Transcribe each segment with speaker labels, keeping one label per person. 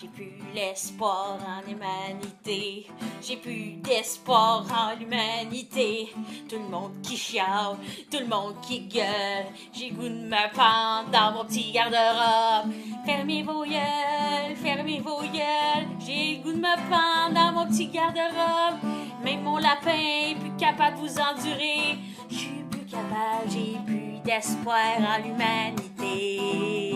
Speaker 1: J'ai plus l'espoir en humanité. J'ai plus d'espoir en l'humanité. Tout le monde qui chiale, tout le monde qui gueule. J'ai goût de me pendre dans mon petit garde-robe. Fermez vos yeux, fermez vos yeux. J'ai goût de me pendre dans mon petit garde-robe. Même mon lapin est plus capable de vous endurer. Je suis plus capable, j'ai plus d'espoir en l'humanité.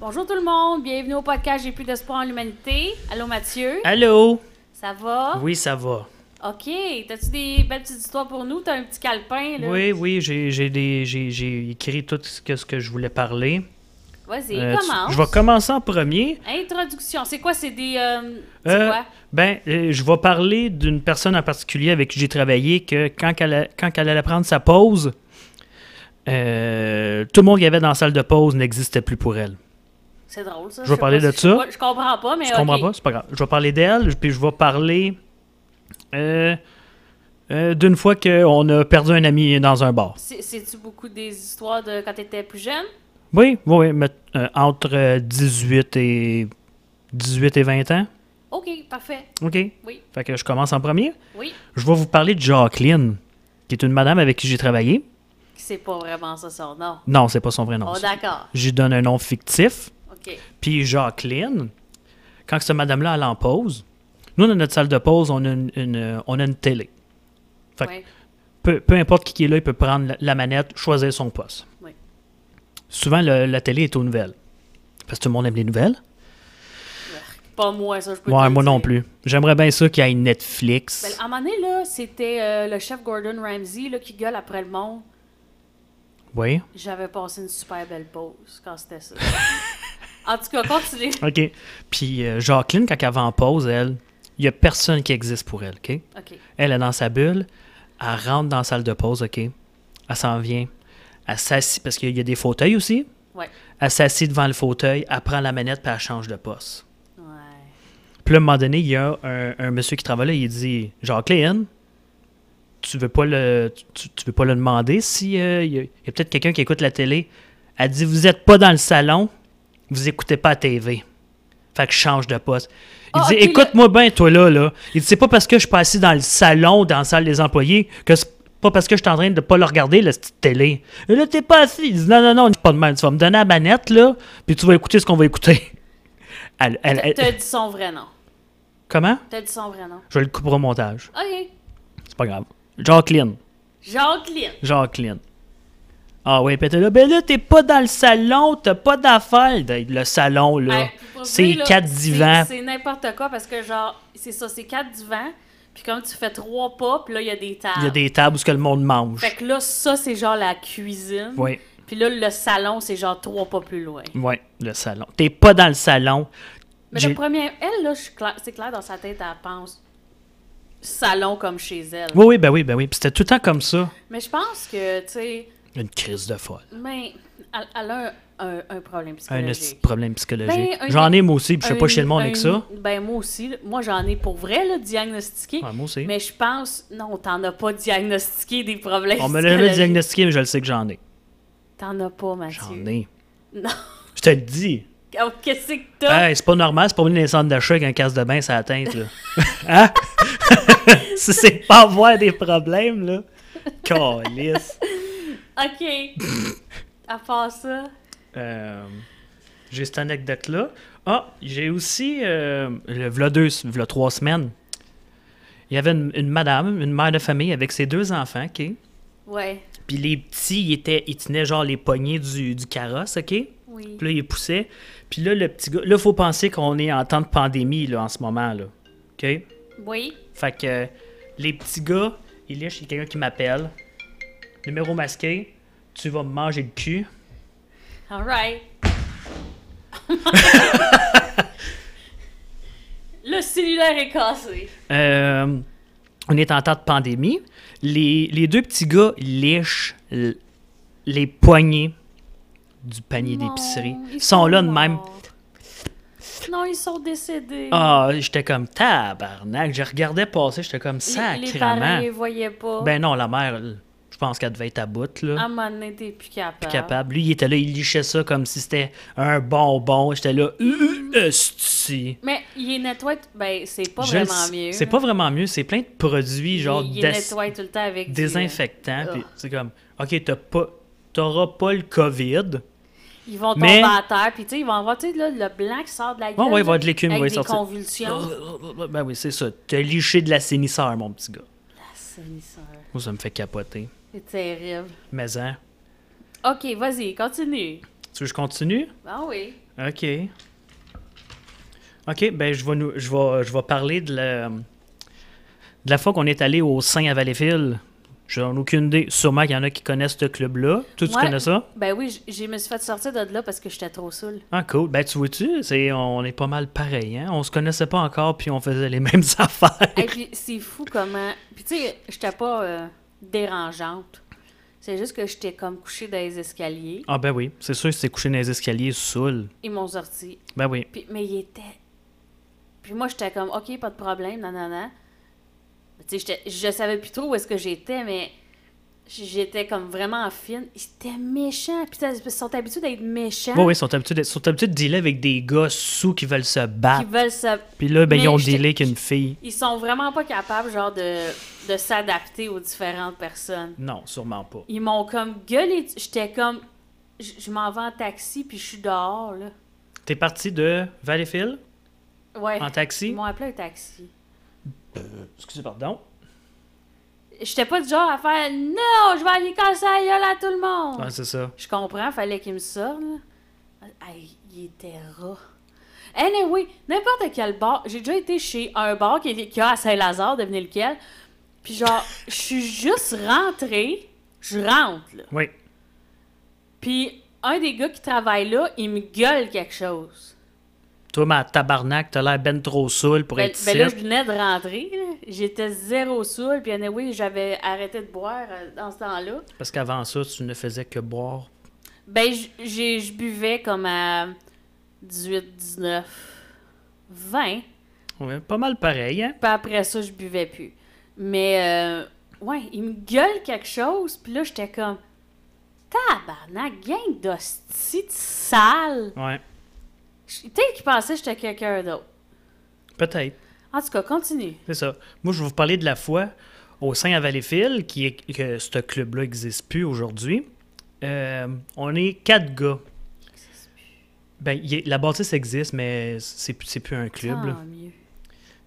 Speaker 2: Bonjour tout le monde, bienvenue au podcast J'ai plus d'espoir en l'humanité. Allô Mathieu,
Speaker 3: Allô?
Speaker 2: ça
Speaker 1: Ah.
Speaker 2: va?
Speaker 3: Oui, ça va.
Speaker 2: Ok, t'as-tu des belles petites histoires pour nous? T'as un petit calepin là?
Speaker 3: Oui, oui, j'ai j'ai des- j'ai- j'ai écrit tout ce que, ce que je voulais parler.
Speaker 2: Vas-y,
Speaker 3: Euh, tu-
Speaker 2: commence.
Speaker 3: je vais commencer en premier.
Speaker 2: Introduction, c'est quoi? C'est des. euh, c'est
Speaker 3: Euh,
Speaker 2: quoi?
Speaker 3: ben, euh, je vais parler d'une personne en particulier avec qui j'ai travaillé que quand qu'elle a- quand qu'elle allait prendre sa pause, euh, tout le monde qu'il y avait dans la salle de pause n'existait plus pour elle.
Speaker 2: C'est drôle ça.
Speaker 3: je vais
Speaker 2: sais
Speaker 3: parler
Speaker 2: pas
Speaker 3: de
Speaker 2: si-
Speaker 3: ça.
Speaker 2: Je, sais pas, je comprends pas, mais.
Speaker 1: Eh,
Speaker 3: Je comprends
Speaker 2: ok.
Speaker 3: pas, c'est pas grave. Je vais parler d'elle, puis je vais parler euh, euh, d'une fois qu'on a perdu un ami dans un bar.
Speaker 2: C'est- C'est-tu beaucoup des histoires de quand t'étais plus jeune?
Speaker 3: Oui, oui, oui, mais, euh, entre euh, 18 et 18 et 20 ans.
Speaker 2: Ok, parfait.
Speaker 3: OK.
Speaker 2: Oui.
Speaker 3: Fait que je commence en premier.
Speaker 2: Oui.
Speaker 3: Je vais vous parler de Jacqueline, qui est une madame avec qui j'ai travaillé.
Speaker 2: C'est pas vraiment ça son nom.
Speaker 3: Non, c'est pas son vrai nom.
Speaker 2: Oh,
Speaker 3: ça.
Speaker 2: d'accord.
Speaker 3: J'y donne un nom fictif.
Speaker 2: Ok.
Speaker 3: Puis Jacqueline, quand cette madame-là elle est en pause, nous, dans notre salle de pause, on a une, une, euh, on a une télé. Fait que-
Speaker 2: Ouais.
Speaker 3: Peu, peu importe qui qui est là, il peut prendre la, la manette, choisir son poste.
Speaker 2: Oui.
Speaker 3: Souvent, le- la télé est aux nouvelles. Parce que tout le monde aime les nouvelles.
Speaker 2: Pas moi, ça, je peux te
Speaker 3: Ouais,
Speaker 2: le
Speaker 3: moi non
Speaker 2: dire.
Speaker 3: plus. J'aimerais bien ça qu'il y ait Netflix.
Speaker 2: Ben, à un moment donné, là, c'était euh, le chef Gordon Ramsay là, qui gueule après le monde.
Speaker 3: Oui.
Speaker 2: J'avais passé une super belle pause quand c'était ça. en tout cas, continue.
Speaker 3: OK. Puis euh, Jacqueline, quand elle va en pause, elle, il n'y a personne qui existe pour elle, OK?
Speaker 2: OK.
Speaker 3: Elle est dans sa bulle, elle rentre dans la salle de pause, OK? Elle s'en vient, elle s'assit, parce qu'il y a des fauteuils aussi.
Speaker 2: Ouais.
Speaker 3: Elle s'assit devant le fauteuil, elle prend la manette, puis elle change de poste.
Speaker 2: Ouais.
Speaker 3: Puis là, à un moment donné, il y a un, un monsieur qui travaille là, il dit « Jacqueline, tu veux pas le, tu, tu veux pas le demander si euh, il y a, il y a peut-être quelqu'un qui écoute la télé. » Elle dit « Vous êtes pas dans le salon, vous écoutez pas la TV. » Fait que je change de poste. Il
Speaker 2: Ah,
Speaker 3: dit
Speaker 2: ok,
Speaker 3: Écoute-moi bien, toi là, là. Il dit C'est pas parce que je suis pas assis dans le salon, dans la salle des employés, que c'est pas parce que je suis en train de pas le regarder, la petite télé. Et là, t'es pas assis. Il dit Non, non, non, pas de mal. Tu vas me donner la manette, là, puis tu vas écouter ce qu'on va écouter. Elle- elle- elle-
Speaker 2: T'as dit son vrai nom.
Speaker 3: Comment
Speaker 2: T'as dit son vrai nom.
Speaker 3: je le couperai au montage.
Speaker 2: OK.
Speaker 3: C'est pas grave. Jacqueline.
Speaker 2: Jacqueline.
Speaker 3: Jacqueline. Ah ouais, pis t'es là, ben là, t'es pas dans le salon, t'as pas d'affaires. Hey, Le salon, là,
Speaker 2: Hey, pour
Speaker 3: c'est
Speaker 2: vrai, là,
Speaker 3: quatre
Speaker 2: c'est-
Speaker 3: divans.
Speaker 2: C'est n'importe quoi parce que, genre, c'est ça, c'est quatre divans. Puis comme tu fais trois pas, puis là, il y a des tables.
Speaker 3: Il y a des tables où ce que le monde mange.
Speaker 2: Fait que là, ça, c'est genre la cuisine.
Speaker 3: Oui,
Speaker 2: Puis là, le salon, c'est genre trois pas plus loin.
Speaker 3: oui, le salon. T'es pas dans le salon.
Speaker 2: Mais
Speaker 3: J'ai-
Speaker 2: le premier, elle, là, je suis claire- c'est clair dans sa tête, elle pense salon comme chez elle.
Speaker 3: Oui, oui, ben oui, ben oui. Pis c'était tout le temps comme ça.
Speaker 2: Mais je pense que, tu sais,
Speaker 3: Une crise de folle.
Speaker 2: mais elle, elle a un, un- un problème
Speaker 3: Un
Speaker 2: psychologique.
Speaker 3: esti de problème psychologique.
Speaker 2: Ben, un-
Speaker 3: J'en ai, moi aussi, pis je sais pas
Speaker 2: Un-
Speaker 3: chez le monde avec
Speaker 2: un-
Speaker 3: ça.
Speaker 2: Ben, moi aussi. là. Moi, j'en ai pour vrai, là, diagnostiqué.
Speaker 3: Ouais, moi aussi.
Speaker 2: Mais je pense, non, t'en as pas diagnostiqué des problèmes
Speaker 3: On me l'a jamais
Speaker 2: psychologiques.
Speaker 3: diagnostiqué, mais je le sais que j'en ai.
Speaker 2: T'en as pas,
Speaker 3: J'en
Speaker 2: Mathieu.
Speaker 3: ai. Euh.
Speaker 2: Non.
Speaker 3: Je te le dis.
Speaker 2: Oh, Qu'est-ce que t'as?
Speaker 3: Hey, c'est pas normal, c'est pas venu dans les centres d'achat avec un casse de bain sur la tête, là. hein? Si c'est pas avoir des problèmes, là. Calisse.
Speaker 2: OK. à part ça,
Speaker 3: Euh, j'ai cette anecdote-là. Ah, j'ai aussi, euh, le v'là deux, v'là trois semaines, il y avait une, une madame, une mère de famille avec ses deux enfants, OK?
Speaker 2: ouais,
Speaker 3: Puis les petits, ils, étaient, ils tenaient genre les poignées du, du carrosse, OK?
Speaker 2: oui.
Speaker 3: Puis là, il poussait. Puis là, le petit gars... Là, faut penser qu'on est en temps de pandémie, là, en ce moment, là. OK?
Speaker 2: Oui.
Speaker 3: Fait que euh, les petits gars, ils lèchent, il y a quelqu'un qui m'appelle. Numéro masqué, tu vas me manger le cul.
Speaker 2: All right. Le cellulaire est cassé.
Speaker 3: Euh, on est en temps de pandémie. Les, les deux petits gars lichent l- les poignées du panier
Speaker 2: Non,
Speaker 3: d'épicerie.
Speaker 2: ils
Speaker 3: Ils sont là de
Speaker 2: morts.
Speaker 3: même.
Speaker 2: Non, ils sont décédés.
Speaker 3: Ah, j'étais comme tabarnak. Je regardais passer, j'étais comme
Speaker 2: les, les parents,
Speaker 3: sacrément.
Speaker 2: ils voyaient pas.
Speaker 3: Ben non, la mère, elle, je Je pense qu'elle devait être à bout,
Speaker 2: À
Speaker 3: là.
Speaker 2: un moment donné, t'es plus capable.
Speaker 3: Plus capable. Lui, il était là, il lichait ça comme si c'était un bonbon. J'étais là, Euh, euh, esti.
Speaker 2: Mais il est nettoyé, t- ben, c'est pas
Speaker 3: Je le
Speaker 2: vraiment
Speaker 3: sais-
Speaker 2: mieux.
Speaker 3: C'est
Speaker 2: là.
Speaker 3: pas vraiment mieux. C'est plein de produits, genre
Speaker 2: Il, il est
Speaker 3: d'ac-
Speaker 2: nettoyé Ah. tout le temps avec du-
Speaker 3: désinfectants.
Speaker 2: Ugh.
Speaker 3: puis c'est comme, OK, t'as pas- t'auras pas le COVID.
Speaker 2: Ils vont tomber
Speaker 3: Mais-
Speaker 2: à terre, puis tu sais, ils vont avoir, tu sais, là, le blanc qui sort de la gueule.
Speaker 3: Ouais, ouais, il va y avoir
Speaker 2: là,
Speaker 3: de l'écume, il
Speaker 2: avec
Speaker 3: va y
Speaker 2: des
Speaker 3: sortir.
Speaker 2: convulsions.
Speaker 3: Ben oui, c'est ça. T'as liché de l'assainisseur, mon petit gars.
Speaker 2: Ah, c'est ça.
Speaker 3: Moi, ça me fait capoter.
Speaker 2: C'est terrible.
Speaker 3: Mais hein,
Speaker 2: Ok, vas-y, continue.
Speaker 3: tu veux que je continue?
Speaker 2: Ah oui.
Speaker 3: OK. OK, ben je vais, nous, je vais, je vais parler de la, de la fois qu'on est allé au Saint à Valleyfield. J'en ai aucune idée. Sûrement qu'il y en a qui connaissent ce club-là. Toi, tu
Speaker 2: Ouais.
Speaker 3: connais ça?
Speaker 2: Ben oui, j- je me suis fait sortir de là parce que j'étais trop saoule.
Speaker 3: Ah, cool. Ben, tu vois-tu, c'est- on est pas mal pareil. Hein? On se connaissait pas encore, puis on faisait les mêmes affaires.
Speaker 2: Et puis c'est fou comment. Puis tu sais, j'étais pas euh, dérangeante. C'est juste que j'étais comme couchée dans les escaliers.
Speaker 3: Ah, ben oui. C'est sûr, c'est couché dans les escaliers saoul.
Speaker 2: Ils m'ont sorti.
Speaker 3: Ben oui.
Speaker 2: Puis, mais il était. Puis moi, j'étais comme, OK, pas de problème, nanana. Tu sais, j'étais- je savais plus trop où est-ce que j'étais, mais j'étais comme vraiment fine. C'était méchant. Puis t'as- ils sont habitués d'être méchants.
Speaker 3: Oui, oui, ils sont habitués de- sont habitués de dealer avec des gars sous qui veulent se
Speaker 2: Ils
Speaker 3: battre.
Speaker 2: veulent se.
Speaker 3: Puis là, ben,
Speaker 2: Mais
Speaker 3: ils ont
Speaker 2: j'étais-
Speaker 3: dealé avec une fille.
Speaker 2: Ils sont vraiment pas capables, genre, de, de s'adapter aux différentes personnes.
Speaker 3: Non, sûrement pas.
Speaker 2: Ils m'ont comme gueulé. dessus. J'étais comme. Je je m'en vais en taxi, puis je suis dehors, là.
Speaker 3: T'es parti de Valleyfield
Speaker 2: Ouais.
Speaker 3: en
Speaker 2: Ils
Speaker 3: taxi?
Speaker 2: m'ont appelé un taxi.
Speaker 3: Excusez, pardon.
Speaker 2: J'étais pas du genre à faire Non, je vais aller casser la gueule à tout le monde.
Speaker 3: Ah, c'est ça.
Speaker 2: Je comprends, fallait qu'il me sorte. là. Hey, il était rat. Anyway, n'importe quel bar. J'ai déjà été chez un bar qui, est- qui a à Saint-Lazare, devenez lequel. Puis genre, je suis juste rentrée. Je rentre, là.
Speaker 3: Oui.
Speaker 2: Puis un des gars qui travaille là, il me gueule quelque chose.
Speaker 3: Toi, ma tabarnak, t'as l'air ben trop saoul pour
Speaker 2: Ben,
Speaker 3: être
Speaker 2: ben
Speaker 3: ici.
Speaker 2: là, je venais de rentrer. là. J'étais zéro saoul. Puis anyway, j'avais arrêté de boire euh, dans ce temps-là.
Speaker 3: Parce qu'avant ça, tu ne faisais que boire.
Speaker 2: Ben, j- j'ai- je buvais comme à 18, 19, 20.
Speaker 3: Ouais, pas mal pareil, hein?
Speaker 2: Puis après ça, je buvais plus. Mais, euh, ouais, il me gueule quelque chose. Puis là, j'étais comme, tabarnak, gang d'hostie de sale.
Speaker 3: Ouais.
Speaker 2: J- Peut-être qu'il pensait que j'étais quelqu'un d'autre.
Speaker 3: Peut-être.
Speaker 2: En tout cas, continue.
Speaker 3: C'est ça. Moi, je vais vous parler de la fois au sein à Valleyfield, qui est que ce club-là n'existe plus aujourd'hui. Euh, on est quatre gars. Ben, il est- la bâtisse existe, mais c'est plus- c'est plus un club. là.
Speaker 2: Tant Ah, mieux.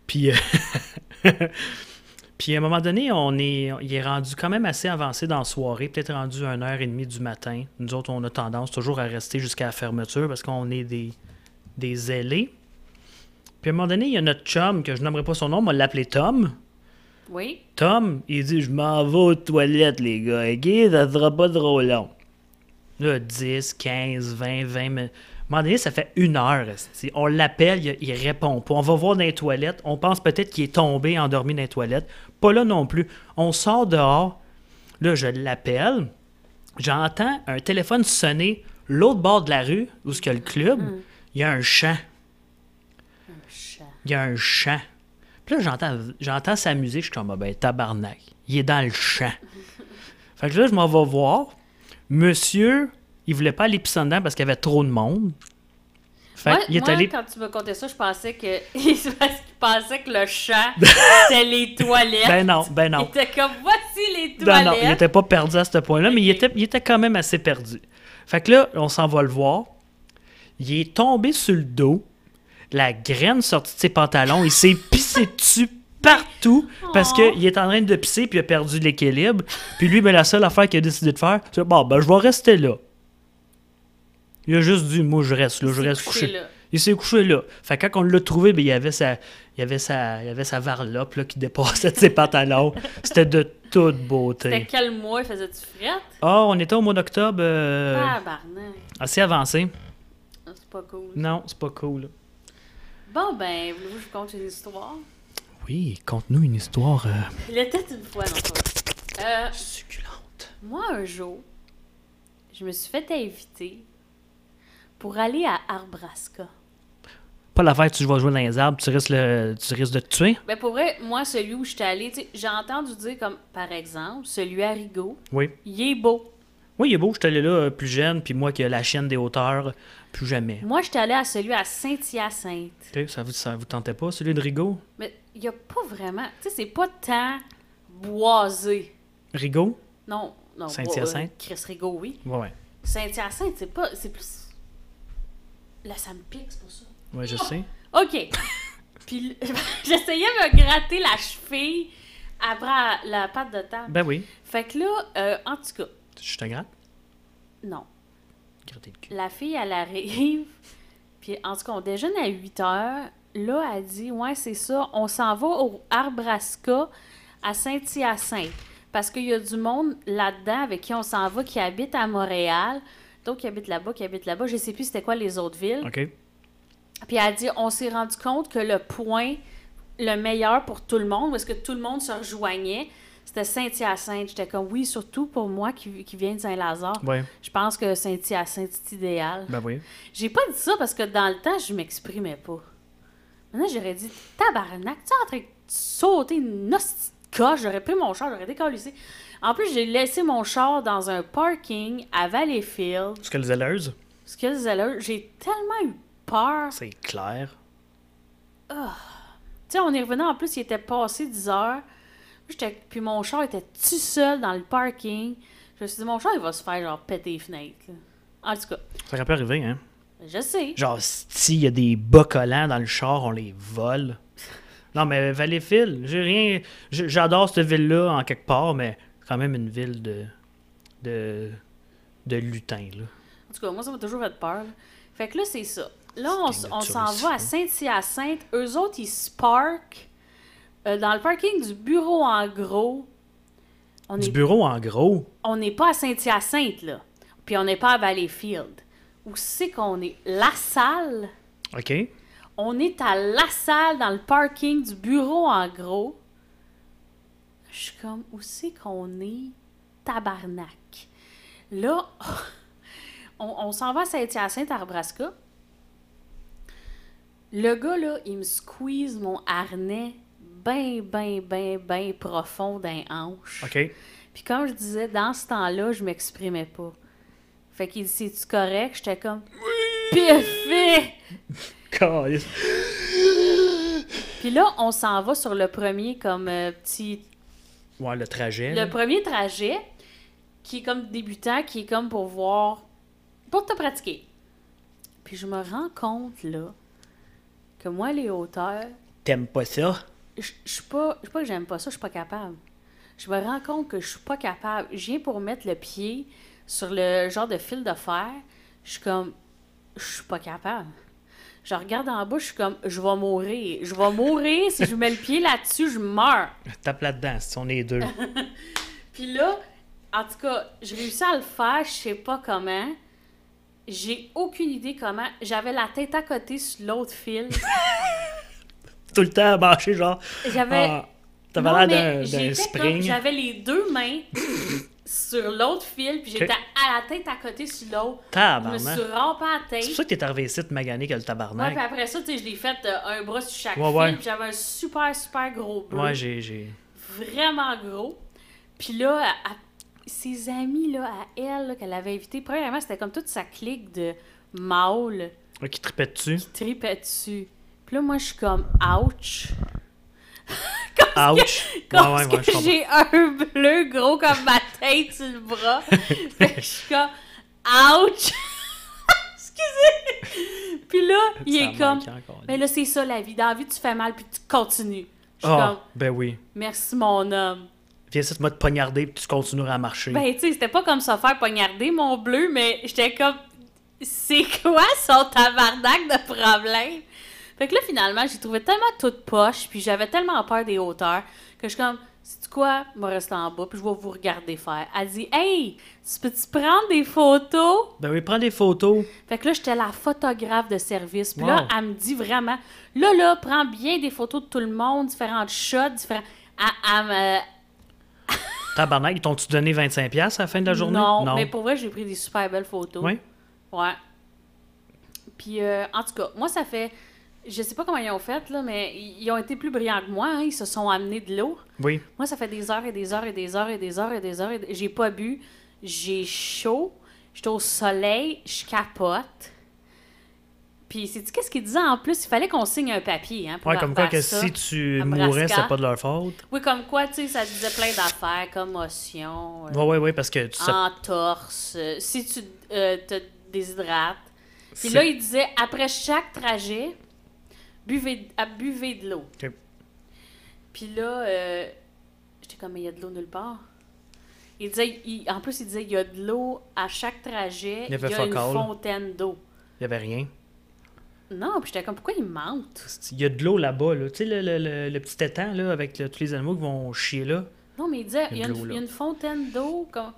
Speaker 3: Puis, euh, puis à un moment donné, on est, il est rendu quand même assez avancé dans la soirée, peut-être rendu 1h30 du matin. Nous autres, on a tendance toujours à rester jusqu'à la fermeture parce qu'on est des, des zélés. Puis à un moment donné, il y a notre chum, que je nommerai pas son nom, on va l'appeler Tom.
Speaker 2: Oui.
Speaker 3: Tom, il dit Je m'en vais aux toilettes, les gars, ok Ça sera pas trop long. Là, 10, 15, 20, 20 minutes. À un moment donné, ça fait une heure. esti. On l'appelle, il, il répond pas. On va voir dans les toilettes. On pense peut-être qu'il est tombé, endormi dans les toilettes. Pas là non plus. On sort dehors. Là, je l'appelle. J'entends un téléphone sonner l'autre bord de la rue, où ce qu'il y a le club. Il y a un chant.
Speaker 2: Chat.
Speaker 3: Il y a un chant. Puis là, j'entends, j'entends sa musique, je suis comme, Ah ben, tabarnak, il est dans le champ. fait que là, je m'en vais voir. Monsieur, il voulait pas aller pisser en dedans parce qu'il y avait trop de monde. Fait
Speaker 2: Moi,
Speaker 3: qu'il est
Speaker 2: moi,
Speaker 3: allé.
Speaker 2: quand tu me contais ça, je pensais que. C'est parce qu'il pensait que le chat, c'était les toilettes.
Speaker 3: Ben non, ben
Speaker 2: Il
Speaker 3: non.
Speaker 2: était comme, voici les
Speaker 3: Non, non,
Speaker 2: toilettes.
Speaker 3: il était pas perdu à ce point-là, mais il était, il était quand même assez perdu. Fait que là, on s'en va le voir. Il est tombé sur le dos. La graine sortie de ses pantalons. Il s'est pissé dessus partout parce
Speaker 2: Oh.
Speaker 3: qu'il est en train de pisser puis il a perdu l'équilibre. Puis lui, ben, la seule affaire qu'il a décidé de faire, c'est bon, ben, je vais rester là. Il a juste dit, moi, je reste là, je
Speaker 2: s'est
Speaker 3: reste
Speaker 2: couché
Speaker 3: couché.
Speaker 2: là.
Speaker 3: Il s'est couché là. Fait que quand on l'a trouvé, ben, il y avait sa, il y avait sa, il y avait sa varlope là, qui dépassait de ses pantalons. C'était de toute beauté.
Speaker 2: C'était quel mois faisait-tu frette?
Speaker 3: Ah, on était au mois d'octobre euh,
Speaker 2: Ah. Tabarnak.
Speaker 3: assez avancé.
Speaker 2: Ah, C'est pas cool.
Speaker 3: Non, c'est pas cool.
Speaker 2: Bon, ben, voulez-vous que je vous conte une histoire?
Speaker 3: Oui, conte-nous une histoire euh,
Speaker 2: Il était une fois, non pas. Euh,
Speaker 3: succulente.
Speaker 2: moi, un jour, je me suis fait inviter pour aller à Arbraska.
Speaker 3: Pas l'affaire que tu vas jouer dans les arbres, tu risques, le, tu risques de te tuer.
Speaker 2: Mais Ben, pour vrai, moi, celui où j'étais allée, tu sais, j'ai entendu dire, comme par exemple, celui à Rigaud,
Speaker 3: Oui.
Speaker 2: il est beau.
Speaker 3: Oui, il est beau, je suis allé là euh, plus jeune, puis moi qui ai la chaîne des hauteurs, plus jamais.
Speaker 2: Moi, j'étais allée à celui à Saint-Hyacinthe.
Speaker 3: Ok, ça, vous, ça vous tentait pas, celui de Rigaud?
Speaker 2: Mais il n'y a pas vraiment. Tu sais, c'est pas tant boisé.
Speaker 3: Rigaud?
Speaker 2: Non, non.
Speaker 3: Saint-Hyacinthe?
Speaker 2: bois- Chris Rigaud, oui.
Speaker 3: Ouais, ouais.
Speaker 2: Saint-Hyacinthe, c'est pas. C'est plus. Là, ça me pique, c'est pour ça.
Speaker 3: Ouais, je sais.
Speaker 2: OK. Puis le- j'essayais de me gratter la cheville après la pâte de table.
Speaker 3: Ben oui,
Speaker 2: Fait que là, euh, en tout cas,
Speaker 3: je te gratte.
Speaker 2: non.
Speaker 3: Gratter le cul.
Speaker 2: La fille, elle arrive. Puis en tout cas, on déjeune à 8 heures. Là, elle dit Ouais, c'est ça, on s'en va au Arbraska à Saint-Hyacinthe. Parce qu'il y a du monde là-dedans avec qui on s'en va qui habite à Montréal. Donc, qui habite là-bas, qui habite là-bas. Je sais plus c'était quoi les autres villes.
Speaker 3: OK.
Speaker 2: Puis elle dit on s'est rendu compte que le point le meilleur pour tout le monde, parce que tout le monde se rejoignait, c'était Saint-Hyacinthe. J'étais comme oui, surtout pour moi qui, qui viens de Saint-Lazare.
Speaker 3: Ouais,
Speaker 2: Je pense que Saint-Hyacinthe c'est idéal.
Speaker 3: ben oui.
Speaker 2: J'ai pas dit ça parce que dans le temps, je m'exprimais pas. Maintenant, j'aurais dit tabarnak, tu es en train de sauter une hostie de coche, j'aurais pris mon char, j'aurais décalissé. En plus, j'ai laissé mon char dans un parking à Valleyfield.
Speaker 3: Parce que les zèleuses,
Speaker 2: Ce que j'ai tellement eu peur.
Speaker 3: c'est clair.
Speaker 2: Tu sais, on est revenu en plus, il était passé 10 heures. J'étais- Puis mon char était tout seul dans le parking. Je me suis dit, mon char, il va se faire genre péter les fenêtres. là. En tout cas,
Speaker 3: Ça aurait pu arriver, hein?
Speaker 2: je sais.
Speaker 3: Genre, s'il y a des bas collants dans le char, on les vole. Non, mais Valleyfield, j'ai rien. j'- J'adore cette ville-là en quelque part, mais c'est quand même une ville de. de. de lutin, là.
Speaker 2: En tout cas, moi, ça m'a toujours fait peur. là. Fait que là, c'est ça. Là,
Speaker 3: C'est
Speaker 2: on,
Speaker 3: des
Speaker 2: s- on
Speaker 3: naturistes,
Speaker 2: s'en va à
Speaker 3: hein.
Speaker 2: Saint-Hyacinthe. Eux autres, ils se parkent euh, dans le parking du bureau en gros. On
Speaker 3: Du
Speaker 2: est
Speaker 3: bureau, en gros.
Speaker 2: on n'est pas à Saint-Hyacinthe, là. Puis on n'est pas à Valleyfield. Où c'est qu'on est? La salle?
Speaker 3: OK.
Speaker 2: On est à La Salle, dans le parking du bureau, en gros. Je suis comme, où c'est qu'on est? Tabarnak. Là, on, on s'en va à Saint-Hyacinthe, à Arbrasca. Le gars, là, il me squeeze mon harnais ben, ben, ben, ben profond d'un hanche.
Speaker 3: OK.
Speaker 2: Puis comme je disais, dans ce temps-là, je m'exprimais pas. Fait qu'il dit, c'est-tu correct? J'étais comme, parfait!
Speaker 3: Calisse.
Speaker 2: Puis là, on s'en va sur le premier comme euh, petit
Speaker 3: Ouais, le trajet.
Speaker 2: le
Speaker 3: là.
Speaker 2: premier trajet qui est comme débutant, qui est comme pour voir pour te pratiquer. Puis je me rends compte là que moi les hauteurs,
Speaker 3: T'aimes pas ça?
Speaker 2: je je suis pas je suis pas que j'aime pas ça, je suis pas capable. Je me rends compte que je suis pas capable. Je viens pour mettre le pied sur le genre de fil de fer, je suis comme je suis pas capable. Je regarde en bas, je suis comme je vais mourir, je vais mourir si je mets le pied là-dessus, je meurs.
Speaker 3: Tape là-dedans, si on est deux.
Speaker 2: Puis là, en tout cas, je réussis à le faire, je sais pas comment. J'ai aucune idée comment. J'avais la tête à côté sur l'autre fil.
Speaker 3: Tout le temps à marcher, genre.
Speaker 2: J'avais.
Speaker 3: Ah,
Speaker 2: Non,
Speaker 3: T'avais l'air
Speaker 2: mais
Speaker 3: d'un- d'un
Speaker 2: j'étais comme-
Speaker 3: spring.
Speaker 2: J'avais les deux mains sur l'autre fil, puis j'étais
Speaker 3: Ok.
Speaker 2: à la tête à côté sur l'autre. Je me
Speaker 3: Tabarnak.
Speaker 2: suis rampée à la
Speaker 3: C'est pour
Speaker 2: tête.
Speaker 3: ça que t'es arrivé ici, te maganer que le
Speaker 2: Ouais, puis
Speaker 3: tabarnak.
Speaker 2: après ça, tu sais, je l'ai fait euh, un bras sur chaque
Speaker 3: Ouais, ouais.
Speaker 2: fil, puis j'avais un super, super gros bleu.
Speaker 3: Ouais, j'ai. j'ai-
Speaker 2: vraiment gros. Puis là, à- à- ses amis là, à elle là, qu'elle avait invité, premièrement, c'était comme toute sa clique de mâles
Speaker 3: Ouais, qui tripait dessus.
Speaker 2: qui tripaient dessus. Puis là, moi, je suis comme ouch.
Speaker 3: Ouch!
Speaker 2: Parce
Speaker 3: ouais, ouais, ouais, je
Speaker 2: que
Speaker 3: comprends.
Speaker 2: j'ai un bleu gros comme ma tête sur le bras. fait que je suis comme ouch. Excusez. Puis là, il
Speaker 3: Ça
Speaker 2: est
Speaker 3: manque hein.
Speaker 2: comme
Speaker 3: encore.
Speaker 2: mais là, c'est ça la vie. Dans la vie, tu fais mal puis tu continues. Je suis
Speaker 3: Ah,
Speaker 2: comme
Speaker 3: ben oui.
Speaker 2: merci mon homme.
Speaker 3: Viens ici, tu vas te poignarder puis tu continueras à marcher.
Speaker 2: Ben, tu sais, c'était pas comme se faire poignarder, mon bleu, mais j'étais comme. C'est quoi son tabarnak de problème? Fait que là, finalement, j'ai trouvé tellement toute poche, puis j'avais tellement peur des hauteurs, que je suis comme, c'est quoi? Je vais rester en bas, puis je vais vous regarder faire. Elle dit, hey, tu peux-tu prendre des photos?
Speaker 3: Ben oui, prends des photos.
Speaker 2: Fait que là, j'étais la photographe de service. Puis
Speaker 3: Wow.
Speaker 2: là, elle me dit vraiment, là, là, prends bien des photos de tout le monde, différentes shots, différents. Elle- elle me-
Speaker 3: Tabarnak, ils t'ont-tu donné 25$ piastres à la fin de la journée?
Speaker 2: Non, mais pour vrai, j'ai pris des super belles photos.
Speaker 3: Ouais.
Speaker 2: Ouais. Puis, euh, en tout cas, moi, ça fait Je sais pas comment ils ont fait, là, mais ils ils ont été plus brillants que moi. hein. Ils se sont amenés de l'eau.
Speaker 3: Oui.
Speaker 2: Moi, ça fait des heures et des heures et des heures et des heures et des heures. et des- J'ai pas bu. J'ai chaud. J'étais au soleil. Je capote. Puis, c'est-tu qu'est-ce qu'ils disaient en plus? Il fallait qu'on signe un papier. Hein, pour
Speaker 3: Ouais,
Speaker 2: leur
Speaker 3: comme quoi
Speaker 2: faire
Speaker 3: que
Speaker 2: ça.
Speaker 3: si tu
Speaker 2: à
Speaker 3: mourais,
Speaker 2: Brassica.
Speaker 3: c'est pas de leur faute.
Speaker 2: Oui, comme quoi, tu sais, ça disait plein d'affaires, commotion, euh,
Speaker 3: Ouais, ouais, ouais, parce que tu
Speaker 2: Ah.
Speaker 3: sais.
Speaker 2: entorse, euh, si tu euh, te déshydrates.
Speaker 3: C'est-
Speaker 2: Puis là, il disait, après chaque trajet, buvez, à- buvez de l'eau.
Speaker 3: Ok.
Speaker 2: Puis là, euh, j'étais comme, mais il y a de l'eau nulle part. Il disait, il- en plus, il disait, il y a de l'eau à chaque trajet,
Speaker 3: Il
Speaker 2: il
Speaker 3: y avait
Speaker 2: y a une
Speaker 3: fuck all.
Speaker 2: fontaine d'eau.
Speaker 3: Il y avait rien.
Speaker 2: Non, puis j'étais comme, pourquoi il mentent?
Speaker 3: Il y a de l'eau là-bas, là. Tu sais, le, le- le- le petit étang, là, avec le- tous les animaux qui vont chier là.
Speaker 2: Non, mais il disait, il y a
Speaker 3: de l'eau,
Speaker 2: une,
Speaker 3: là.
Speaker 2: il y a une fontaine d'eau, comme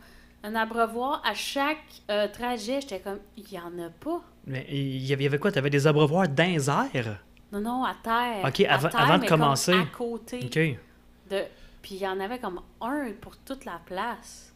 Speaker 2: un abreuvoir à chaque euh, trajet. J'étais comme, il n'y en a pas.
Speaker 3: Mais il y avait, il y avait quoi? T'avais des abreuvoirs dans les airs?
Speaker 2: Non, non, à terre.
Speaker 3: Ok,
Speaker 2: à
Speaker 3: avant-
Speaker 2: terre,
Speaker 3: avant de
Speaker 2: mais comme
Speaker 3: commencer.
Speaker 2: à côté.
Speaker 3: OK.
Speaker 2: de- Puis il y en avait comme un pour toute la place.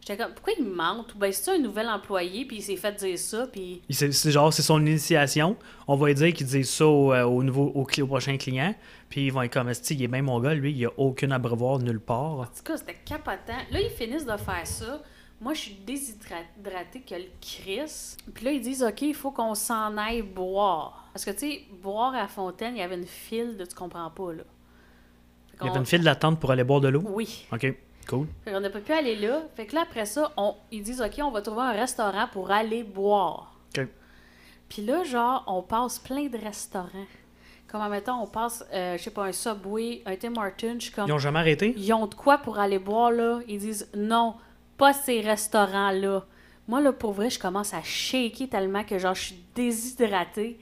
Speaker 2: J'étais comme, pourquoi il mentent? Ou bien c'est un nouvel employé, puis il s'est fait dire ça, puis.
Speaker 3: Il- C'est c'est genre, c'est son initiation. On va lui dire qu'il dit ça au, euh, au nouveau, au, cli- au prochain client. Puis ils vont être comme, Esti, il est bien mon gars, lui, il n'y a aucun abreuvoir nulle part.
Speaker 2: En tout cas, c'était capotant. Là, ils finissent de faire ça. Moi, je suis déshydratée que le Chris. Puis là, ils disent, OK, il faut qu'on s'en aille boire. Parce que, tu sais, boire à la fontaine, il y avait une file de tu comprends pas, là. Fait
Speaker 3: Il y avait
Speaker 2: qu'on-
Speaker 3: une file d'attente pour aller boire de l'eau.
Speaker 2: Oui.
Speaker 3: OK, cool.
Speaker 2: Fait qu'on n'a pas pu aller là. Fait que là, après ça, on... ils disent, OK, on va trouver un restaurant pour aller boire.
Speaker 3: OK.
Speaker 2: Puis là, genre, on passe plein de restaurants. Comme, mettons, on passe, euh, je sais pas, un Subway, un Tim Hortons. Je suis comme,
Speaker 3: Ils ont jamais arrêté?
Speaker 2: ils ont de quoi pour aller boire, là. Ils disent non, pas ces restaurants-là. Moi, là, pour vrai, je commence à shaker tellement que, genre, je suis déshydratée.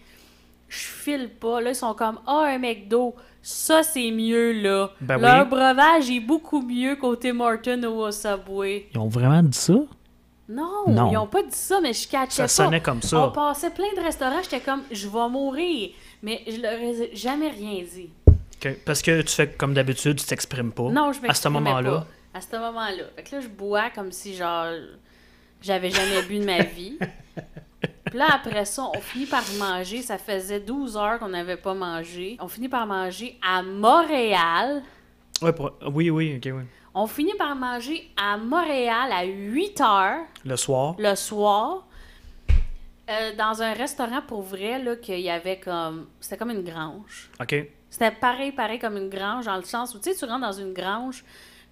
Speaker 2: Je file pas. Là, ils sont comme, ah, un McDo, ça, c'est mieux, là.
Speaker 3: Ben
Speaker 2: Leur
Speaker 3: oui.
Speaker 2: breuvage est beaucoup mieux côté Morton ou au Subway.
Speaker 3: Ils ont vraiment dit ça?
Speaker 2: Non,
Speaker 3: Non.
Speaker 2: ils ont pas dit ça, mais je catchais
Speaker 3: Ça
Speaker 2: pas.
Speaker 3: sonnait comme ça.
Speaker 2: On passait plein de restaurants, j'étais comme, je vais mourir. Mais je leur ai jamais rien dit.
Speaker 3: OK. Parce que tu fais comme d'habitude, tu t'exprimes pas.
Speaker 2: Non,
Speaker 3: Oh,
Speaker 2: je
Speaker 3: À ce
Speaker 2: m'exprimais
Speaker 3: moment-là.
Speaker 2: pas. À ce moment-là. Fait que là, je bois comme si, genre, j'avais jamais bu de ma vie. Puis là, après ça, on finit par manger. Ça faisait 12 heures qu'on n'avait pas mangé. On finit par manger à Montréal.
Speaker 3: Ouais, pour- Oui, oui, OK, oui.
Speaker 2: On finit par manger à Montréal à 8 heures
Speaker 3: Le soir.
Speaker 2: le soir. euh, dans un restaurant pour vrai, là, qu'il y avait comme. C'était comme une grange.
Speaker 3: OK.
Speaker 2: C'était pareil, pareil comme une grange, dans le sens où, tu sais, tu rentres dans une grange,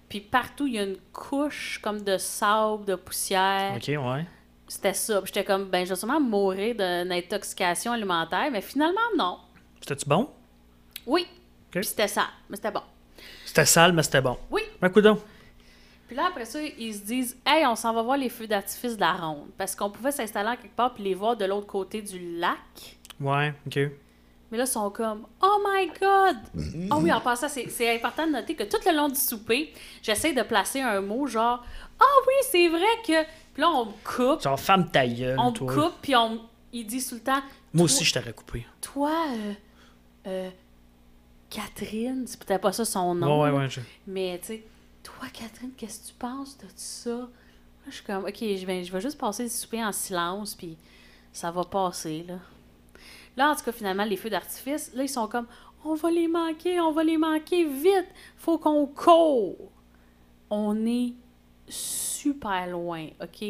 Speaker 2: puis partout, il y a une couche comme de sable, de poussière.
Speaker 3: OK, ouais.
Speaker 2: C'était ça. Puis j'étais comme, ben, je vais sûrement mourir d'une intoxication alimentaire, mais finalement, non.
Speaker 3: C'était-tu bon?
Speaker 2: Oui. Puis c'était ça. Mais c'était bon.
Speaker 3: C'était sale, mais c'était bon.
Speaker 2: Oui.
Speaker 3: Ben, coudonc.
Speaker 2: Puis là, après ça, ils se disent, hey, on s'en va voir les feux d'artifice de la ronde. Parce qu'on pouvait s'installer en quelque part puis les voir de l'autre côté du lac.
Speaker 3: Ouais, OK.
Speaker 2: Mais là, ils sont comme Oh my God! Ah oui, en passant, c'est- c'est important de noter que tout le long du souper, j'essaie de placer un mot genre Ah oui, c'est vrai que. Puis là, on me coupe,
Speaker 3: Genre, femme ta gueule,
Speaker 2: on me
Speaker 3: toi.
Speaker 2: coupe, puis on me- il dit tout le temps
Speaker 3: Moi aussi, je t'aurais coupé.
Speaker 2: Toi, euh, euh, Catherine, c'est peut-être pas ça son nom,
Speaker 3: Ouais, ouais, ouais. je-
Speaker 2: mais tu sais, toi, Catherine, qu'est-ce que tu penses de ça? Moi, je suis comme Ok, je vais, je vais juste passer le souper en silence, puis ça va passer, là. Là, en tout cas, finalement, les feux d'artifice, là, ils sont comme on va les manquer, on va les manquer vite, faut qu'on court. On est super loin, OK?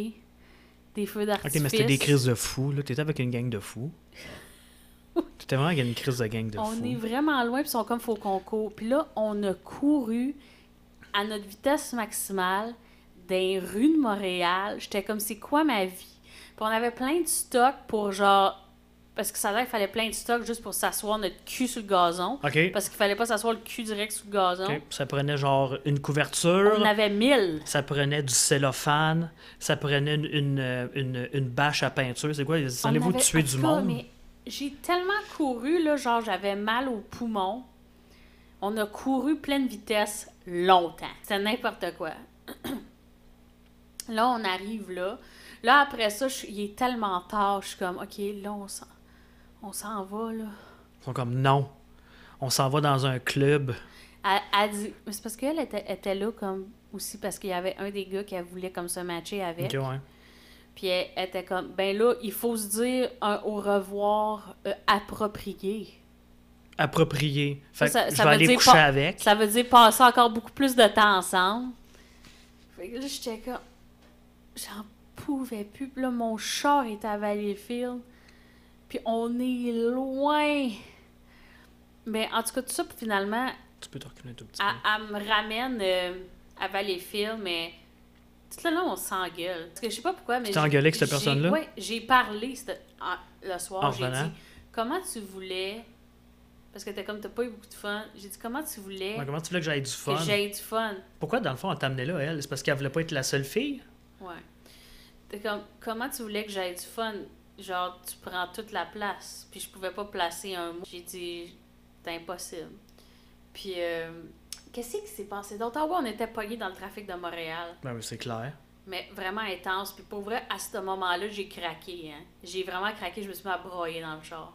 Speaker 2: Des feux
Speaker 3: OK,
Speaker 2: d'artifice.
Speaker 3: mais c'était des crises de fous, là. T'étais avec une gang de fous. T'étais vraiment avec une crise de gang de
Speaker 2: On
Speaker 3: fous.
Speaker 2: est vraiment loin, puis ils sont comme faut qu'on court. Puis là, on a couru à notre vitesse maximale dans les rues de Montréal. J'étais comme c'est quoi ma vie? Puis on avait plein de stocks pour genre. Parce que ça a l'air qu'il fallait plein de stocks juste pour s'asseoir notre cul sur le gazon.
Speaker 3: OK.
Speaker 2: Parce qu'il fallait pas s'asseoir le cul direct sur le gazon.
Speaker 3: OK. Ça prenait genre une
Speaker 2: On
Speaker 3: couverture,
Speaker 2: avait mille.
Speaker 3: ça prenait du cellophane, ça prenait une, une, euh, une- une bâche à peinture. C'est quoi?
Speaker 2: On
Speaker 3: Allez-vous
Speaker 2: avait-
Speaker 3: tuer
Speaker 2: en
Speaker 3: du
Speaker 2: tout cas,
Speaker 3: monde?
Speaker 2: mais J'ai tellement couru, là, genre j'avais mal aux poumons. On a couru pleine vitesse longtemps. C'est n'importe quoi. là, on arrive là. Là, après ça, je- il est tellement tard, je suis comme, OK, là, on s'en, on s'en va, là.
Speaker 3: Ils sont comme, non. On s'en va dans un club.
Speaker 2: Elle, elle dit, mais c'est parce qu'elle était, était là comme aussi parce qu'il y avait un des gars qu'elle voulait comme se matcher avec.
Speaker 3: OK, ouais.
Speaker 2: Puis elle, elle était comme, ben là, il faut se dire un au revoir euh, approprié.
Speaker 3: approprié. Fait
Speaker 2: Ça, ça-
Speaker 3: que je
Speaker 2: ça
Speaker 3: vais
Speaker 2: veut
Speaker 3: aller
Speaker 2: dire
Speaker 3: coucher
Speaker 2: pas-
Speaker 3: avec.
Speaker 2: Ça veut dire passer encore beaucoup plus de temps ensemble. Fait que là, j'étais comme. J'en pouvais plus. Puis là, mon char est à Valleyfield. Puis on est loin. Mais en tout cas, tout ça, puis finalement,
Speaker 3: Tu peux te reculer un tout petit
Speaker 2: elle, elle me ramène euh, à Valleyfield, mais tout le long, on s'engueule. Parce que je sais pas pourquoi, mais.
Speaker 3: Tu t'es
Speaker 2: j'ai-
Speaker 3: engueulé avec cette
Speaker 2: j'ai-
Speaker 3: personne-là?
Speaker 2: ouais, j'ai parlé cette- en- le
Speaker 3: En
Speaker 2: soir. J'ai
Speaker 3: revenant?
Speaker 2: dit, comment tu voulais. Parce que t'es comme, t'as pas eu beaucoup de fun. J'ai dit, comment tu voulais
Speaker 3: peu. Ouais, comment tu voulais que j'aille du fun?
Speaker 2: que j'aie du fun.
Speaker 3: Pourquoi, dans le fond, on t'amenait là, elle? C'est parce qu'elle voulait pas être la seule fille?
Speaker 2: Ouais. T'es comme, comment tu voulais que j'aille du fun? Genre, tu prends toute la place. Puis je pouvais pas placer un mot. J'ai dit, c'est impossible. Puis, euh, qu'est-ce qui s'est passé d'autre? Ah ouais, on était pognés dans le trafic de Montréal.
Speaker 3: Ben oui, c'est clair.
Speaker 2: Mais vraiment intense. Puis pour vrai, à ce moment-là, j'ai craqué. Hein. J'ai vraiment craqué. Je me suis mis à broyer dans le char.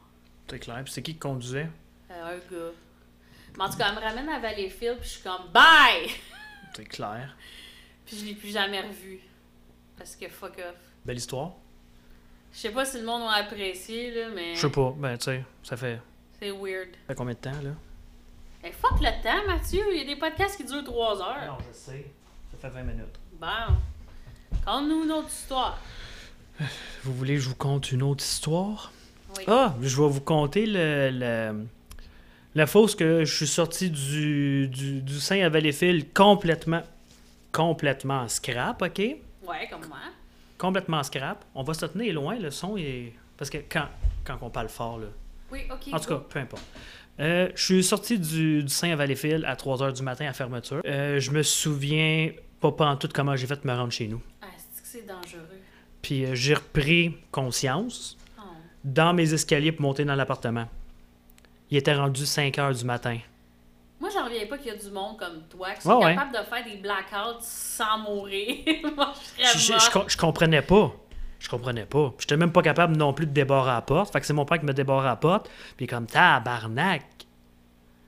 Speaker 3: C'est clair. Puis c'est qui qui conduisait?
Speaker 2: Euh, un gars. Mais en tout cas, elle me ramène à Valleyfield. Puis je suis comme, bye!
Speaker 3: C'est clair.
Speaker 2: Puis je l'ai plus jamais revu. Parce que fuck off.
Speaker 3: Belle histoire.
Speaker 2: Je sais pas si le monde a apprécié, là, mais.
Speaker 3: Je sais pas. Ben, tu sais, ça fait...
Speaker 2: C'est weird.
Speaker 3: ça fait combien de temps, là?
Speaker 2: Mais fuck le temps, Mathieu. Il y a des podcasts qui durent 3 heures.
Speaker 3: je sais. Ça fait 20 minutes.
Speaker 2: Bon. Conte-nous une autre histoire.
Speaker 3: Vous voulez que je vous conte une autre histoire?
Speaker 2: Oui.
Speaker 3: Ah, je vais vous conter le, le- la fausse que je suis sorti du, du, du sein à Valleyfield complètement, complètement scrap, OK?
Speaker 2: Ouais, comme moi.
Speaker 3: Complètement scrap. On va se tenir loin, le son est... Parce que quand, quand on parle fort, là,
Speaker 2: Oui, ok.
Speaker 3: En tout
Speaker 2: go.
Speaker 3: cas, peu importe. Euh, je suis sorti du, du Saint à Valleyfield à 3 h du matin à fermeture. Euh, je me souviens pas en tout comment j'ai fait de me rendre chez nous.
Speaker 2: Ah, c'est que c'est dangereux.
Speaker 3: Puis euh, j'ai repris conscience
Speaker 2: Oh.
Speaker 3: dans mes escaliers pour monter dans l'appartement. Il était rendu 5 h du matin.
Speaker 2: Moi, j'en reviens pas qu'il y a du monde comme toi qui
Speaker 3: Ouais,
Speaker 2: sont
Speaker 3: ouais.
Speaker 2: capables de faire des blackouts sans mourir. Moi, je
Speaker 3: Je, je-
Speaker 2: serais
Speaker 3: je
Speaker 2: morte.
Speaker 3: com- je comprenais pas. Je comprenais pas. J'étais même pas capable non plus de débarrer à la porte. Fait que c'est mon père qui me débarre à la porte. Puis comme tabarnak.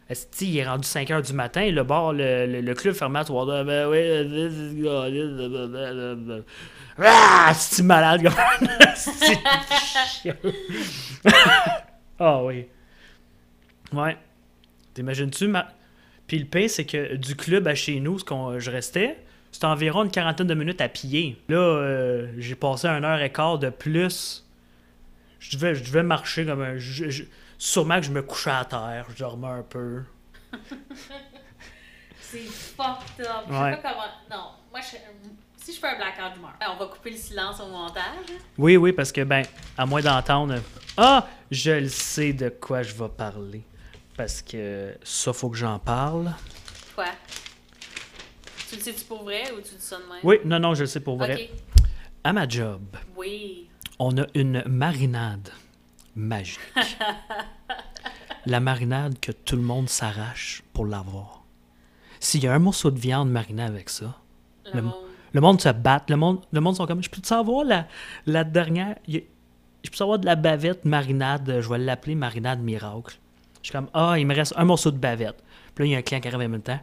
Speaker 3: Esti, il est rendu 5 h du matin. Le bar, le, le- le club fermé à 3 heures. Ben oui, this is good. Ah, esti malade. comme- Esti chiant. Ah oui. Ouais. T'imagines-tu ma... Puis le pire, c'est que du club à chez nous, ce qu'on je restais, c'était environ une quarantaine de minutes à piller. Là, euh, j'ai passé un heure et quart de plus. Je devais, je devais marcher comme un. je- je- sûrement que je me couchais à terre, je dormais un peu.
Speaker 2: C'est fucked up. Je sais
Speaker 3: Ouais.
Speaker 2: pas comment. Non, moi, je... si je fais un blackout, je meurs. On va couper le silence au montage.
Speaker 3: Oui, oui, parce que, ben, à moins d'entendre. Ah, je le sais de quoi je vais parler. Parce que ça, faut que j'en parle.
Speaker 2: Quoi? Tu le sais-tu pour vrai ou tu dis ça de même?
Speaker 3: Oui, non, non, je le sais pour vrai.
Speaker 2: Ok.
Speaker 3: À ma job,
Speaker 2: Oui.
Speaker 3: on a une marinade magique. la marinade que tout le monde s'arrache pour l'avoir. S'il y a un morceau de viande marinée avec ça,
Speaker 2: Le
Speaker 3: Le-
Speaker 2: monde.
Speaker 3: le monde se bat, le monde, le monde sont comme, je peux savoir la, la dernière, y a- je peux savoir de la bavette marinade, euh, je vais l'appeler marinade miracle. Je suis comme, ah, il me reste un morceau de bavette. Puis là, il y a un client qui arrive en même temps,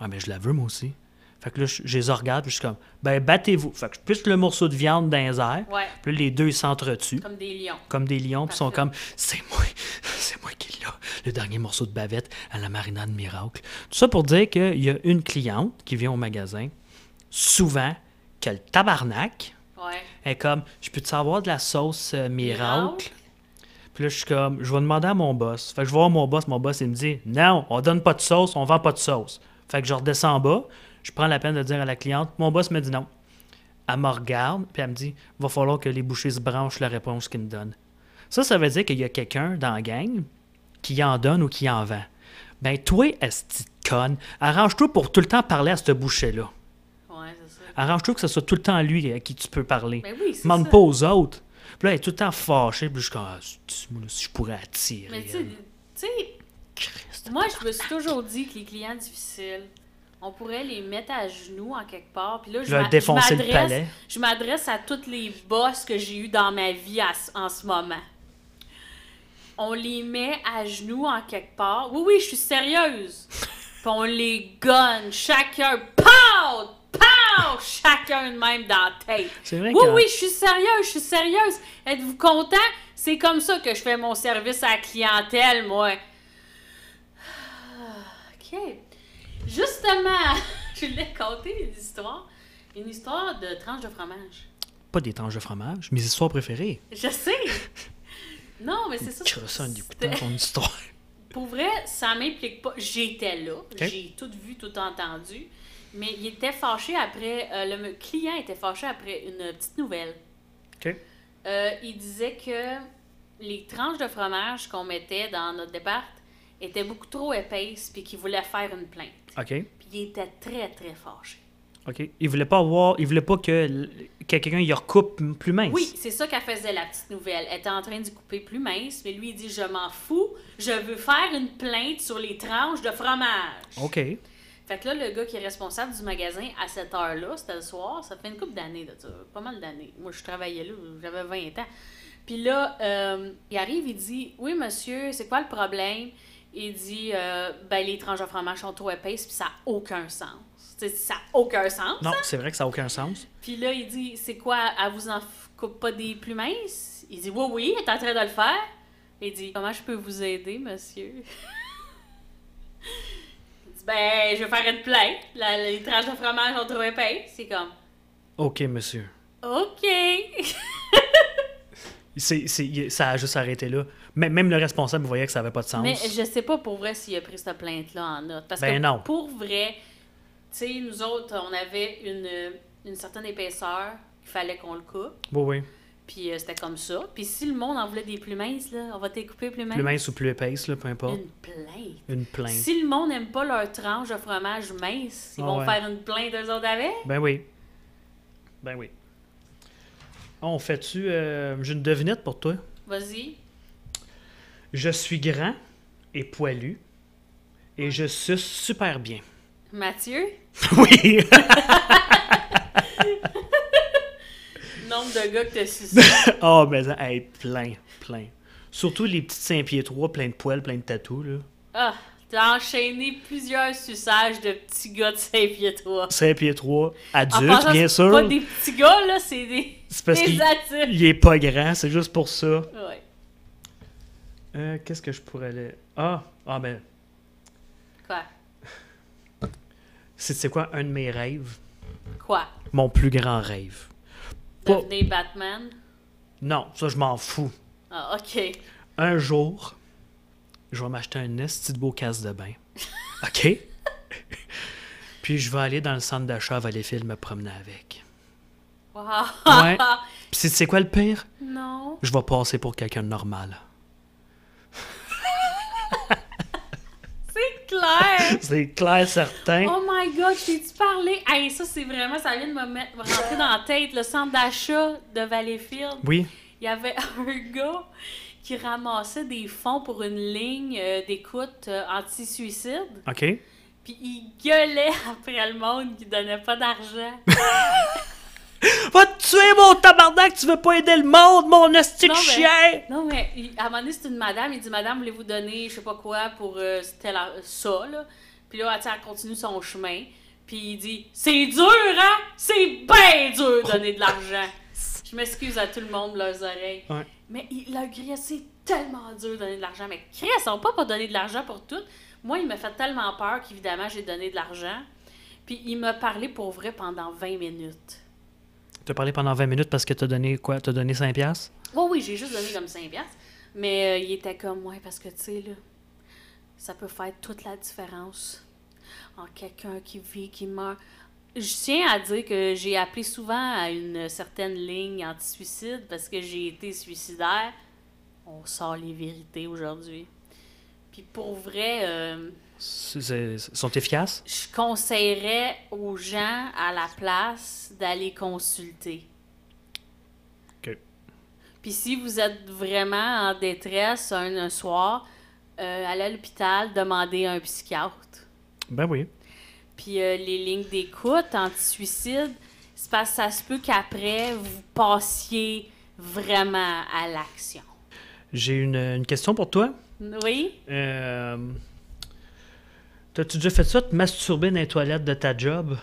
Speaker 3: ah, mais je la veux moi aussi. Fait que là, je, je les regarde, puis je suis comme, ben, battez-vous. Fait que je pousse le morceau de viande dans les airs,
Speaker 2: Ouais,
Speaker 3: puis là, les deux ils s'entretuent
Speaker 2: comme des lions.
Speaker 3: comme des lions, puis sont
Speaker 2: Parfait.
Speaker 3: comme c'est moi, c'est moi qui l'a, le dernier morceau de bavette à la marinade miracle. Tout ça pour dire qu'il y a une cliente qui vient au magasin, souvent, qui a le tabarnak,
Speaker 2: Ouais.
Speaker 3: elle est comme je peux te savoir de la sauce euh, miracle.
Speaker 2: Miracle?
Speaker 3: Puis là, je suis comme, je vais demander à mon boss. Fait que je vais voir mon boss, mon boss, il me dit, non, on donne pas de sauce, on vend pas de sauce. Fait que je redescends en bas, je prends la peine de dire à la cliente, mon boss me dit non. Elle me regarde, puis elle me dit, va falloir que les bouchers se branchent la réponse qu'ils me donnent. Ça, ça veut dire qu'il y a quelqu'un dans la gang qui en donne ou qui en vend. Ben, toi, esti de conne, arrange-toi pour tout le temps parler à ce boucher-là.
Speaker 2: Ouais, c'est ça.
Speaker 3: Arrange-toi que ce soit tout le temps lui à qui tu peux parler.
Speaker 2: Mais oui, c'est
Speaker 3: Demande
Speaker 2: ça.
Speaker 3: pas aux autres. Puis là, elle est tout le temps fâchée. Puis je suis comme, Ah, c'est- moi, là, si je pourrais attirer. euh,
Speaker 2: Mais tu sais,
Speaker 3: elle.
Speaker 2: tu sais,
Speaker 3: Christ.
Speaker 2: moi, je me suis toujours dit que les clients difficiles, on pourrait les mettre à genoux en quelque part. Puis là, je
Speaker 3: Leur
Speaker 2: m'a- je
Speaker 3: défoncer le
Speaker 2: m'adresse-
Speaker 3: palais.
Speaker 2: Je m'adresse à toutes les bosses que j'ai eues dans ma vie à ce- en ce moment. On les met à genoux en quelque part. Oui, oui, je suis sérieuse. Puis on les gonne, chacun, pow! Pow! Chacun de même dans la tête.
Speaker 3: C'est vrai
Speaker 2: Oui,
Speaker 3: que-
Speaker 2: oui, je suis sérieuse, je suis sérieuse. Êtes-vous content? C'est comme ça que je fais mon service à la clientèle, moi. OK. Justement, je voulais conter une histoire. Une histoire de tranche de fromage.
Speaker 3: Pas des tranches de fromage, mes histoires préférées.
Speaker 2: Je sais! Non, mais c'est ça.
Speaker 3: Cressonne d'écouter
Speaker 2: C'était-
Speaker 3: ton histoire.
Speaker 2: Pour vrai, ça m'implique pas. J'étais là.
Speaker 3: Ok.
Speaker 2: J'ai tout vu, tout entendu. Mais il était fâché après. euh, le me- client était fâché après une petite nouvelle.
Speaker 3: OK.
Speaker 2: Euh, il disait que les tranches de fromage qu'on mettait dans notre départ étaient beaucoup trop épaisses puis qu'il voulait faire une plainte.
Speaker 3: OK.
Speaker 2: Puis il était très, très fâché.
Speaker 3: OK. Il voulait pas avoir. Il voulait pas que, l- que quelqu'un y recoupe m- plus mince.
Speaker 2: Oui, c'est ça qu'elle faisait, la petite nouvelle. Elle était en train d'y couper plus mince, mais lui, il dit Je m'en fous, je veux faire une plainte sur les tranches de fromage.
Speaker 3: OK.
Speaker 2: Fait que là, le gars qui est responsable du magasin à cette heure-là, c'était le soir, ça fait une couple d'années de ça, pas mal d'années. Moi, je travaillais là, j'avais 20 ans. Puis là, euh, il arrive, il dit Oui, monsieur, c'est quoi le problème Il dit Euh, Ben, les tranches de fromage sont trop épaisses, puis ça n'a aucun sens. Tu sais, ça n'a aucun sens.
Speaker 3: Non, c'est vrai que ça n'a aucun sens.
Speaker 2: Puis là, il dit C'est quoi Elle vous en f- coupe pas des plus minces Il dit Oui, oui, elle est en train de le faire. Il dit Comment je peux vous aider, monsieur Il dit Ben, je vais faire une plainte. La- les tranches de fromage ont trop épais. C'est comme
Speaker 3: OK, monsieur.
Speaker 2: OK.
Speaker 3: C'est- c'est- il- ça a juste arrêté là. M- même le responsable voyait que ça avait pas de sens.
Speaker 2: Mais je sais pas pour vrai s'il a pris cette plainte-là en note. Parce
Speaker 3: Ben
Speaker 2: que
Speaker 3: non.
Speaker 2: pour vrai, tu sais, nous autres, on avait une, une certaine épaisseur. Il fallait qu'on le coupe.
Speaker 3: Oui, oui.
Speaker 2: Puis euh, c'était comme ça. Puis si le monde en voulait des plus minces, là, on va te les couper plus minces.
Speaker 3: Plus mince ou plus épaisse, là, peu importe.
Speaker 2: Une plainte.
Speaker 3: Une, plainte.
Speaker 2: Si le monde n'aime pas leur tranche de fromage mince, ils
Speaker 3: Ah
Speaker 2: vont
Speaker 3: ouais.
Speaker 2: faire une plainte d'eux autres avec.
Speaker 3: Ben oui. Ben oui. On fait-tu. euh, J'ai une devinette pour toi.
Speaker 2: Vas-y.
Speaker 3: Je suis grand et poilu et je suce super bien.
Speaker 2: Mathieu,
Speaker 3: oui!
Speaker 2: nombre de gars que t'as sucé.
Speaker 3: Ah, mais ça, hey, plein, plein. Surtout les petites 5 pieds 3, plein de poils, plein de tatous, là.
Speaker 2: ah, t'as enchaîné plusieurs suçages de petits gars de Saint-Pied-Trois.
Speaker 3: 5 pieds 3,
Speaker 2: En
Speaker 3: adulte,
Speaker 2: passant,
Speaker 3: bien
Speaker 2: c'est Pas
Speaker 3: sûr.
Speaker 2: des petits gars, là, c'est des,
Speaker 3: C'est parce
Speaker 2: des
Speaker 3: qu'il
Speaker 2: adultes.
Speaker 3: il est pas grand, c'est juste pour ça.
Speaker 2: Ouais.
Speaker 3: Euh, Qu'est-ce que je pourrais aller. Ah, ah, ben,
Speaker 2: Quoi?
Speaker 3: c'est c'est quoi un de mes rêves?
Speaker 2: Quoi?
Speaker 3: Mon plus grand rêve. Pas-
Speaker 2: Devenir Batman?
Speaker 3: Non, ça, je m'en fous.
Speaker 2: Ah, ok.
Speaker 3: un jour, je vais m'acheter un esti de beau casse de bain. OK? Puis je vais aller dans le centre d'achat à Valleyfield me promener avec.
Speaker 2: Wow.
Speaker 3: Ouais. Puis c'est- c'est quoi le pire?
Speaker 2: Non.
Speaker 3: Je vais passer pour quelqu'un de normal.
Speaker 2: C'est clair!
Speaker 3: C'est clair, certain.
Speaker 2: Oh my god, t'ai-tu parlé? Hey, ça, c'est vraiment, ça vient de me, mettre, me rentrer dans la tête. Le centre d'achat de Valleyfield,
Speaker 3: Oui,
Speaker 2: il y avait un gars qui ramassait des fonds pour une ligne euh, d'écoute euh, anti-suicide,
Speaker 3: OK.
Speaker 2: puis il gueulait après le monde qui donnait pas d'argent.
Speaker 3: Va te tuer, mon tabarnak! Tu veux pas aider le monde, mon esti de
Speaker 2: Non, mais-
Speaker 3: chien!
Speaker 2: Non, mais il- à un moment donné, c'est une madame, il dit Madame, voulez-vous donner je sais pas quoi pour euh, tel- ça, là Puis là, elle, elle continue son chemin, puis il dit C'est dur, hein C'est bien dur donner de l'argent. Je m'excuse à tout le monde, leurs oreilles.
Speaker 3: Ouais.
Speaker 2: Mais il l'a grillé, c'est tellement dur de donner de l'argent. Mais Chris, on peut pas donner de l'argent pour tout. Moi, il m'a fait tellement peur qu'évidemment, j'ai donné de l'argent. Puis il m'a parlé pour vrai pendant 20 minutes.
Speaker 3: T'as parlé pendant 20 minutes parce que t'as donné quoi? T'as donné 5 piastres?
Speaker 2: Oui, oui, j'ai juste donné comme 5 piastres. Mais euh, il était comme, ouais, parce que tu sais, là, ça peut faire toute la différence en quelqu'un qui vit, qui meurt. Je tiens à dire que j'ai appelé souvent à une certaine ligne anti-suicide parce que j'ai été suicidaire. On sort les vérités aujourd'hui. Puis pour vrai, euh,
Speaker 3: C'est- c'est- Sont efficaces?
Speaker 2: je conseillerais aux gens à la place d'aller consulter.
Speaker 3: OK.
Speaker 2: Puis si vous êtes vraiment en détresse un, un soir, euh, allez à l'hôpital, demandez un psychiatre.
Speaker 3: Ben oui.
Speaker 2: Puis euh, les lignes d'écoute anti-suicide, c'est parce que ça se peut qu'après, vous passiez vraiment à l'action.
Speaker 3: J'ai une, une question pour toi.
Speaker 2: Oui?
Speaker 3: Euh, T'as-tu déjà fait ça, te masturber dans les toilettes de ta job?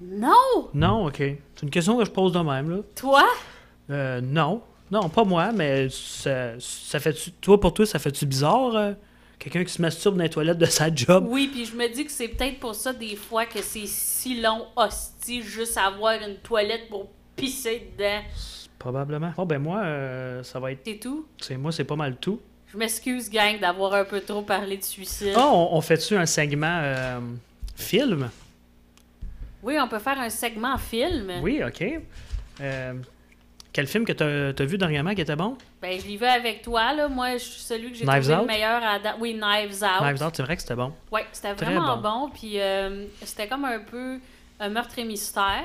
Speaker 2: Non!
Speaker 3: Non, ok. C'est une question que je pose de même, là.
Speaker 2: Toi?
Speaker 3: Euh, non. Non, pas moi, mais ça, ça fait-tu. Toi, pour toi, ça fait-tu bizarre euh, Quelqu'un qui se masturbe dans les toilettes de sa job.
Speaker 2: Oui, puis je me dis que c'est peut-être pour ça des fois que c'est si long, hostie, juste avoir une toilette pour pisser dedans.
Speaker 3: Probablement. Bon, ben moi, euh, ça va être.
Speaker 2: C'est tout.
Speaker 3: C'est moi, c'est pas mal tout.
Speaker 2: Je m'excuse, gang, d'avoir un peu trop parlé de suicide.
Speaker 3: Ah, on, on fait-tu un segment euh, film?
Speaker 2: Oui, on peut faire un segment film.
Speaker 3: Oui, OK. Euh, quel film que t'as t'as vu dernièrement qui était bon?
Speaker 2: Ben, je l'y vais avec toi, là. Moi, je suis celui que j'ai
Speaker 3: Knives
Speaker 2: trouvé le
Speaker 3: Out?
Speaker 2: meilleur à date. Ah, Oui, Knives Out.
Speaker 3: Knives Out, Ben, c'est vrai que c'était bon.
Speaker 2: Ouais, c'était
Speaker 3: Très
Speaker 2: vraiment
Speaker 3: bon.
Speaker 2: bon. Puis euh, c'était comme un peu un meurtre et mystère,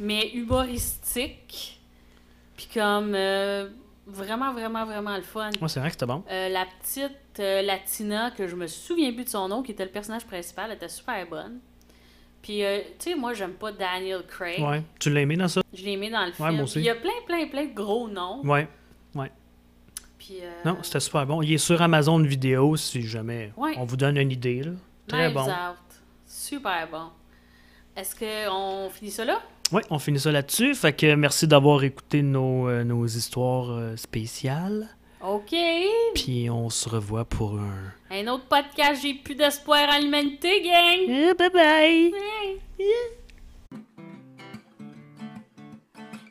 Speaker 2: mais humoristique. Puis comme euh, vraiment, vraiment, vraiment le fun.
Speaker 3: Moi, c'est vrai que c'était bon.
Speaker 2: Euh, la petite euh, Latina, que je me souviens plus de son nom, qui était le personnage principal, elle était super bonne. Puis, euh, tu sais, moi, j'aime pas Daniel Craig.
Speaker 3: Ouais. Tu l'as aimé dans ça?
Speaker 2: Je l'ai mis dans le film.
Speaker 3: moi aussi.
Speaker 2: Puis Il y a plein, plein, plein de gros noms.
Speaker 3: Ouais.
Speaker 2: Puis, euh,
Speaker 3: Non, c'était super bon. Il est sur Amazon Vidéo si jamais
Speaker 2: Ouais.
Speaker 3: on vous donne une idée. là. Très
Speaker 2: Knives
Speaker 3: bon.
Speaker 2: Out. Super bon. Est-ce qu'on finit ça là?
Speaker 3: Ouais, on finit ça là-dessus. Fait que merci d'avoir écouté nos, euh, nos histoires euh, spéciales.
Speaker 2: OK.
Speaker 3: Puis on se revoit pour un.
Speaker 2: Un autre podcast, j'ai plus d'espoir en l'humanité, gang!
Speaker 3: bye bye!
Speaker 2: Hey.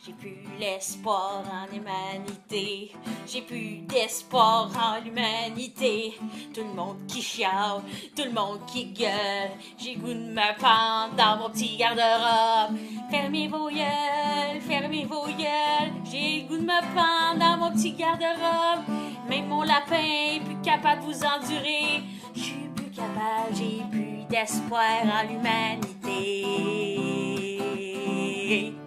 Speaker 1: J'ai plus l'espoir en l'humanité. J'ai plus d'espoir en l'humanité. Tout le monde qui chiale, tout le monde qui gueule. J'ai goût de me pendre dans mon petit garde-robe. Fermez vos yeux, fermez vos yeux. J'ai goût de me pendre dans mon petit garde-robe. Même mon lapin est plus capable de vous endurer. Je suis plus capable, j'ai plus d'espoir en l'humanité.